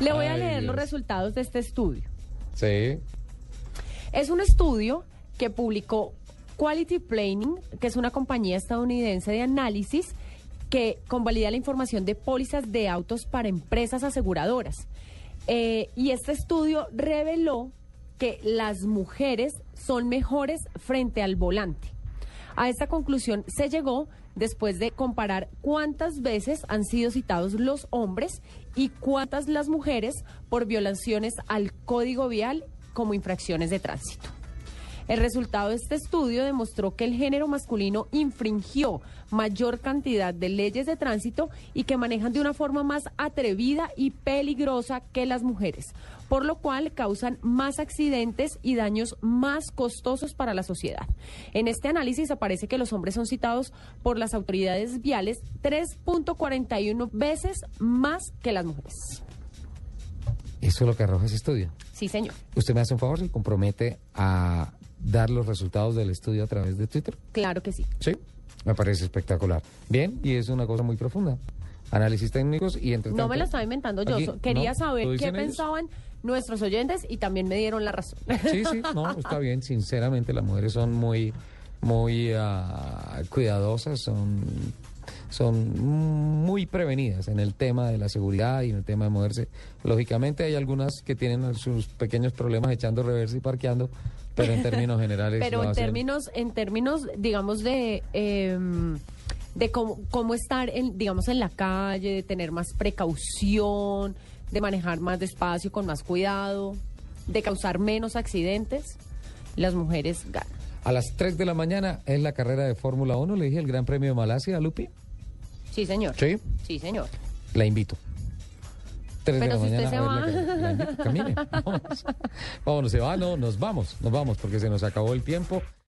Le voy a Ay, leer los Dios. resultados de este estudio. Sí. Es un estudio que publicó Quality Planning, que es una compañía estadounidense de análisis que convalida la información de pólizas de autos para empresas aseguradoras. Eh, y este estudio reveló que las mujeres son mejores frente al volante. A esta conclusión se llegó después de comparar cuántas veces han sido citados los hombres y cuántas las mujeres por violaciones al código vial como infracciones de tránsito. El resultado de este estudio demostró que el género masculino infringió mayor cantidad de leyes de tránsito y que manejan de una forma más atrevida y peligrosa que las mujeres, por lo cual causan más accidentes y daños más costosos para la sociedad. En este análisis aparece que los hombres son citados por las autoridades viales 3.41 veces más que las mujeres. Eso es lo que arroja ese estudio. Sí, señor. ¿Usted me hace un favor? ¿Se compromete a dar los resultados del estudio a través de Twitter? Claro que sí. Sí. Me parece espectacular. Bien, y es una cosa muy profunda. Análisis técnicos y entre No me lo estaba inventando yo. Aquí, so- Quería no, lo saber qué dicen ellos. pensaban nuestros oyentes y también me dieron la razón. Sí, sí, no, está bien. Sinceramente, las mujeres son muy, muy ah, cuidadosas, son, son muy prevenidas en el tema de la seguridad y en el tema de moverse. Lógicamente, hay algunas que tienen sus pequeños problemas echando reversa y parqueando, pero en términos generales. Pero lo en hacen. términos, en términos, digamos, de em, de cómo, cómo estar, en, digamos, en la calle, de tener más precaución, de manejar más despacio, con más cuidado, de causar menos accidentes, las mujeres ganan. A las 3 de la mañana es la carrera de Fórmula 1. Le dije el Gran Premio de Malasia, Lupi. Sí, señor. Sí. Sí, señor. La invito. 3 Pero de si la usted mañana. se a ver la carrera. La invito. Camine. Vámonos. Vámonos. Se va. No, nos vamos. Nos vamos porque se nos acabó el tiempo.